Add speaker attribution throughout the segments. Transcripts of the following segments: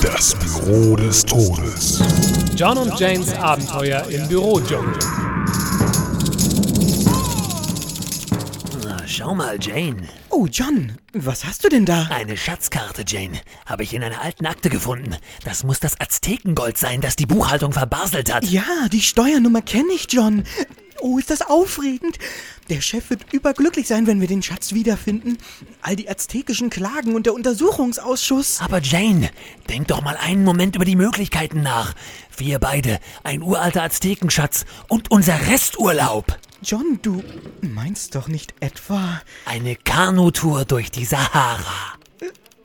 Speaker 1: Das Büro des Todes.
Speaker 2: John und Janes Abenteuer im Büro, John.
Speaker 3: Ah, Schau mal, Jane.
Speaker 4: Oh, John, was hast du denn da?
Speaker 3: Eine Schatzkarte, Jane. Habe ich in einer alten Akte gefunden. Das muss das Aztekengold sein, das die Buchhaltung verbaselt hat.
Speaker 4: Ja, die Steuernummer kenne ich, John. Oh, ist das aufregend. Der Chef wird überglücklich sein, wenn wir den Schatz wiederfinden. All die aztekischen Klagen und der Untersuchungsausschuss.
Speaker 3: Aber Jane, denk doch mal einen Moment über die Möglichkeiten nach. Wir beide, ein uralter Aztekenschatz und unser Resturlaub.
Speaker 4: John, du meinst doch nicht etwa...
Speaker 3: Eine Kanutour durch die Sahara.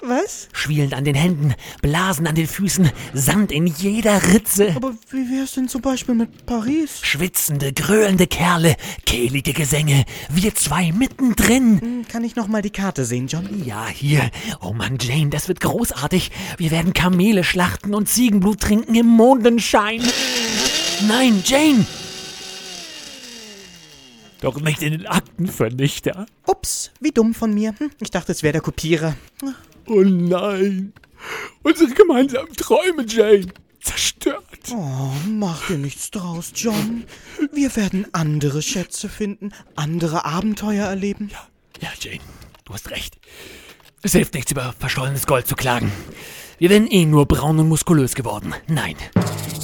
Speaker 4: Was?
Speaker 3: Schwielen an den Händen, Blasen an den Füßen, Sand in jeder Ritze.
Speaker 4: Aber wie wär's denn zum Beispiel mit Paris?
Speaker 3: Schwitzende, gröhlende Kerle, kehlige Gesänge, wir zwei mittendrin.
Speaker 4: Hm, Kann ich noch mal die Karte sehen, John?
Speaker 3: Ja, hier. Oh Mann, Jane, das wird großartig. Wir werden Kamele schlachten und Ziegenblut trinken im Mondenschein. Nein, Jane! Doch nicht in den Aktenvernichter.
Speaker 4: Ups, wie dumm von mir. Hm, Ich dachte, es wäre der Kopierer.
Speaker 5: Oh nein. Unsere gemeinsamen Träume, Jane. Zerstört.
Speaker 4: Oh, mach dir nichts draus, John. Wir werden andere Schätze finden, andere Abenteuer erleben.
Speaker 3: Ja, Jane, du hast recht. Es hilft nichts, über verschollenes Gold zu klagen. Wir wären eh nur braun und muskulös geworden. Nein.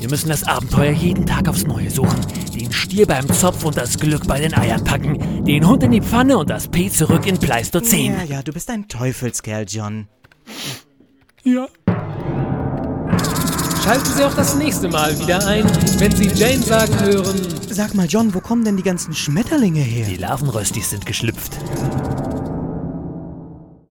Speaker 3: Wir müssen das Abenteuer jeden Tag aufs Neue suchen. Den Stier beim Zopf und das Glück bei den Eiern packen. Den Hund in die Pfanne und das P zurück in Pleistozän.
Speaker 4: Ja, ja, du bist ein Teufelskerl, John.
Speaker 5: Ja.
Speaker 2: Schalten Sie auch das nächste Mal wieder ein, wenn Sie Jane sagen hören.
Speaker 4: Sag mal, John, wo kommen denn die ganzen Schmetterlinge her?
Speaker 3: Die Larvenröstis sind geschlüpft.